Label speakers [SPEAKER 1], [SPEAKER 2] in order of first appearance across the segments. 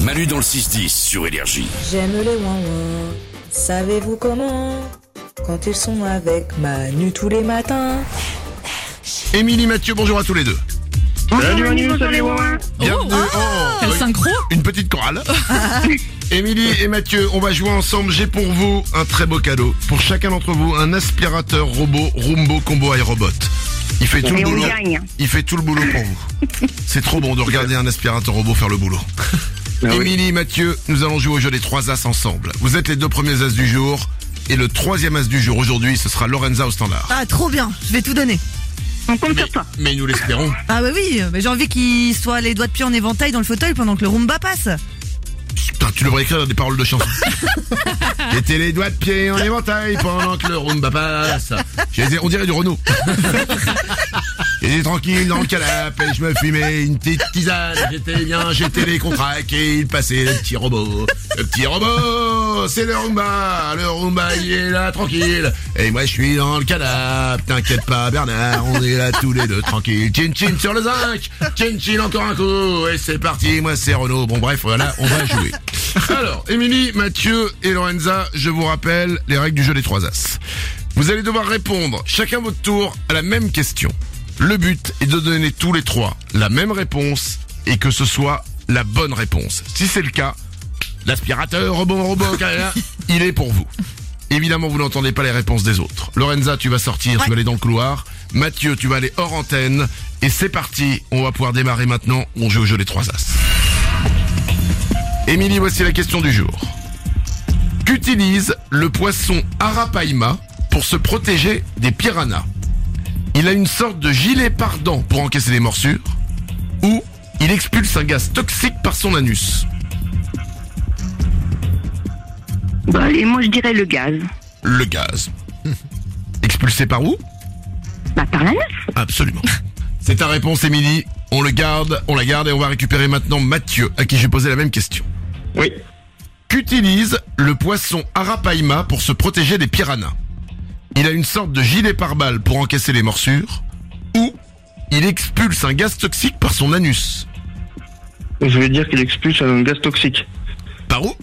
[SPEAKER 1] Manu dans le 6-10 sur Énergie.
[SPEAKER 2] J'aime les wanwan, savez-vous comment Quand ils sont avec Manu tous les matins.
[SPEAKER 3] Émilie Mathieu, bonjour à tous les deux.
[SPEAKER 4] Salut Manu, salut Wawa.
[SPEAKER 3] Bienvenue. Oh,
[SPEAKER 5] Quel
[SPEAKER 3] oui.
[SPEAKER 5] synchro
[SPEAKER 3] Une petite chorale. Émilie et Mathieu, on va jouer ensemble. J'ai pour vous un très beau cadeau. Pour chacun d'entre vous, un aspirateur robot Roombo Combo Aérobot. Il fait tout
[SPEAKER 4] Et
[SPEAKER 3] le
[SPEAKER 4] on
[SPEAKER 3] boulot.
[SPEAKER 4] gagne.
[SPEAKER 3] Il fait tout le boulot pour vous. C'est trop bon de regarder un aspirateur robot faire le boulot.
[SPEAKER 4] Ah
[SPEAKER 3] Émilie, Mathieu, nous allons jouer au jeu des trois as ensemble. Vous êtes les deux premiers as du jour. Et le troisième as du jour aujourd'hui, ce sera Lorenza au standard.
[SPEAKER 5] Ah, trop bien, je vais tout donner.
[SPEAKER 4] On compte sur toi.
[SPEAKER 3] Mais nous l'espérons.
[SPEAKER 5] Ah bah oui, mais j'ai envie qu'il soit les doigts de pied en éventail dans le fauteuil pendant que le Roomba passe.
[SPEAKER 3] Putain, tu devrais écrire des paroles de chansons. J'étais les doigts de pied en éventail pendant que le Roomba passe. J'ai des- On dirait du Renault. J'étais tranquille dans le canapé, je me fumais une petite tisane. J'étais bien, j'étais les contraqués, il passait le petit robot. Le petit robot, c'est le Roomba. Le Roomba, il est là, tranquille. Et moi, je suis dans le canapé. T'inquiète pas, Bernard, on est là tous les deux, tranquille. Chin chin sur le zinc. Chin chin encore un coup. Et c'est parti, moi, c'est Renault. Bon, bref, voilà, on va jouer. Alors, Émilie, Mathieu et Lorenza, je vous rappelle les règles du jeu des trois As. Vous allez devoir répondre, chacun votre tour, à la même question. Le but est de donner tous les trois la même réponse et que ce soit la bonne réponse. Si c'est le cas, l'aspirateur robot robot carrière, il est pour vous. Évidemment, vous n'entendez pas les réponses des autres. Lorenza, tu vas sortir, tu vas aller dans le couloir. Mathieu, tu vas aller hors antenne. Et c'est parti, on va pouvoir démarrer maintenant. On joue au jeu des trois As. Émilie, voici la question du jour. Qu'utilise le poisson Arapaima pour se protéger des piranhas Il a une sorte de gilet pardant pour encaisser les morsures ou il expulse un gaz toxique par son anus.
[SPEAKER 4] Bah, et moi je dirais le gaz.
[SPEAKER 3] Le gaz. Expulsé par où
[SPEAKER 4] Bah, par la neuf.
[SPEAKER 3] Absolument. C'est ta réponse, Émilie. On le garde, on la garde et on va récupérer maintenant Mathieu, à qui j'ai posé la même question.
[SPEAKER 6] Oui.
[SPEAKER 3] Qu'utilise le poisson Arapaima pour se protéger des piranhas Il a une sorte de gilet pare-balles pour encaisser les morsures ou il expulse un gaz toxique par son anus.
[SPEAKER 6] Je vais dire qu'il expulse un gaz toxique.
[SPEAKER 3] Par où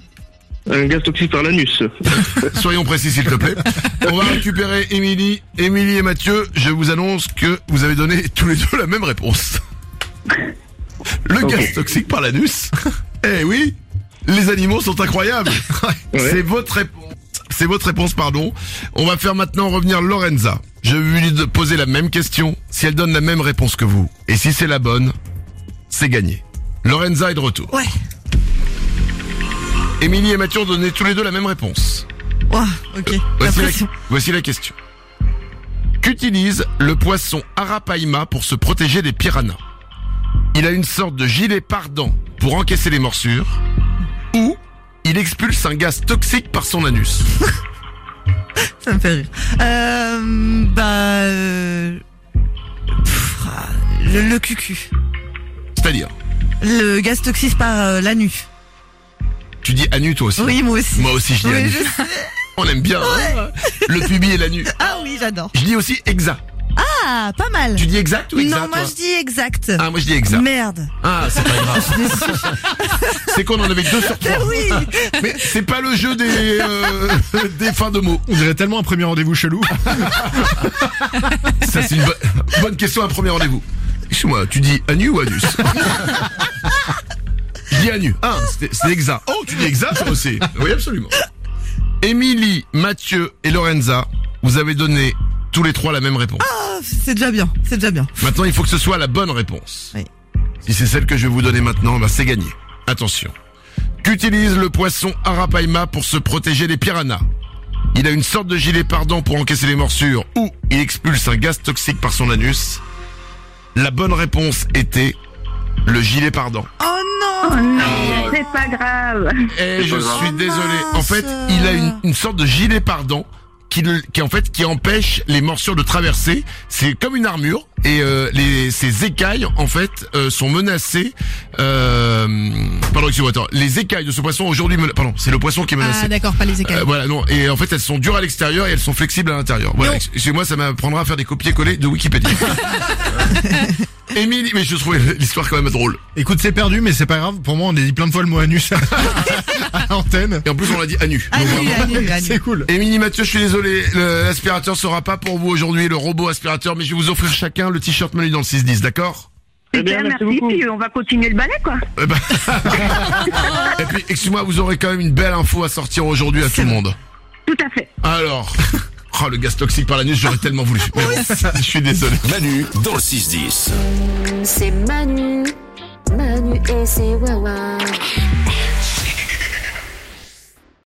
[SPEAKER 6] Un gaz toxique par l'anus.
[SPEAKER 3] Soyons précis, s'il te plaît. On va récupérer Émilie, Émilie et Mathieu. Je vous annonce que vous avez donné tous les deux la même réponse. Le
[SPEAKER 6] Ok.
[SPEAKER 3] gaz toxique par l'anus. Eh oui, les animaux sont incroyables. C'est votre réponse. C'est votre réponse, pardon. On va faire maintenant revenir Lorenza. Je vais lui poser la même question. Si elle donne la même réponse que vous, et si c'est la bonne, c'est gagné. Lorenza est de retour.
[SPEAKER 5] Ouais.
[SPEAKER 3] Émilie et Mathieu ont donné tous les deux la même réponse.
[SPEAKER 5] Ouah,
[SPEAKER 3] Euh,
[SPEAKER 5] ok. La
[SPEAKER 3] Voici la,
[SPEAKER 5] pression.
[SPEAKER 3] voici la question. Qu'utilise le poisson Arapaima pour se protéger des piranhas Il a une sorte de gilet pardant pour encaisser les morsures ou il expulse un gaz toxique par son anus.
[SPEAKER 5] Ça me fait rire. Euh, bah... euh, pff, ah, le, le cucu.
[SPEAKER 3] C'est-à-dire,
[SPEAKER 5] Le gaz toxique par euh, l'anus.
[SPEAKER 3] tu dis anus toi aussi.
[SPEAKER 5] Oui, moi aussi.
[SPEAKER 3] Moi aussi je dis
[SPEAKER 5] Oui,
[SPEAKER 3] anus.
[SPEAKER 5] je sais.
[SPEAKER 3] On aime bien hein le pubis et l'anus.
[SPEAKER 5] Ah oui, j'adore.
[SPEAKER 3] Je dis aussi exact.
[SPEAKER 5] Ah, pas mal.
[SPEAKER 3] Tu dis exact ou exact
[SPEAKER 5] non, moi
[SPEAKER 3] toi
[SPEAKER 5] je dis exact.
[SPEAKER 3] Ah moi je dis exact.
[SPEAKER 5] Merde.
[SPEAKER 3] Ah c'est pas grave. c'est qu'on en avait deux sur trois.
[SPEAKER 5] Eh oui.
[SPEAKER 3] Mais c'est pas le jeu des euh, des fins de mots.
[SPEAKER 7] On dirait tellement un premier rendez-vous chelou.
[SPEAKER 3] Ça, c'est une bo- bonne question à un premier rendez-vous. Excuse-moi, tu dis anu ou anus Je dis anu. Ah, c'était- c'est exa. Oh, tu dis exa, toi aussi. Oui, absolument. Émilie, Mathieu et Lorenza, vous avez donné tous les trois la même réponse.
[SPEAKER 5] Oh, C'est déjà bien. C'est déjà bien.
[SPEAKER 3] Maintenant, il faut que ce soit la bonne réponse.
[SPEAKER 5] Oui.
[SPEAKER 3] Si c'est celle que je vais vous donner maintenant, bah, c'est gagné. Attention. Qu'utilise le poisson Arapaima pour se protéger des piranhas Il a une sorte de gilet pardon pour encaisser les morsures ou il expulse un gaz toxique par son anus. La bonne réponse était le gilet pardon.
[SPEAKER 5] Oh non.
[SPEAKER 4] Non, c'est pas grave.
[SPEAKER 3] Et Eh, je
[SPEAKER 6] pas grave.
[SPEAKER 3] suis désolé. En
[SPEAKER 5] Oh, mince.
[SPEAKER 3] fait, il a une, une sorte de gilet pardon qui, le- qui en fait qui empêche les morsures de traverser. C'est comme une armure et euh, les ces écailles en fait euh, sont menacées. Euh, pardon, excuse-moi. Attends, les écailles de ce poisson aujourd'hui, mena- pardon, c'est le poisson qui est menacé.
[SPEAKER 5] Ah d'accord, pas les écailles.
[SPEAKER 3] Euh, voilà, non. Et en fait, elles sont dures à l'extérieur et elles sont flexibles à l'intérieur. Voilà. Chez moi, ça m'apprendra à faire des copier-coller de Wikipédia. Émilie, mais je trouvais l'histoire quand même drôle.
[SPEAKER 7] Écoute, c'est perdu, mais c'est pas grave. Pour moi, on a dit plein de fois le mot anus à, à l'antenne.
[SPEAKER 3] Et en plus, on l'a dit à nu.
[SPEAKER 5] Annule, annule, annule.
[SPEAKER 7] C'est cool.
[SPEAKER 3] Émilie Mathieu, je suis désolé, le- l'aspirateur sera pas pour vous aujourd'hui, le robot aspirateur, mais je vais vous offrir chacun le t-shirt menu dans le 6-10, d'accord
[SPEAKER 6] Très Eh bien,
[SPEAKER 4] Super,
[SPEAKER 6] merci
[SPEAKER 4] merci.
[SPEAKER 6] beaucoup.
[SPEAKER 4] Puis on va continuer le balai, quoi.
[SPEAKER 3] Eh ben- Et puis, excuse-moi, vous aurez quand même une belle info à sortir aujourd'hui à tout le monde.
[SPEAKER 4] Tout à fait.
[SPEAKER 3] Alors, oh, le gaz toxique par la nuit, j'aurais tellement voulu. Mais bon, je suis désolé.
[SPEAKER 1] Manu dans le 6-10.
[SPEAKER 8] C'est Manu, Manu et ses wawa.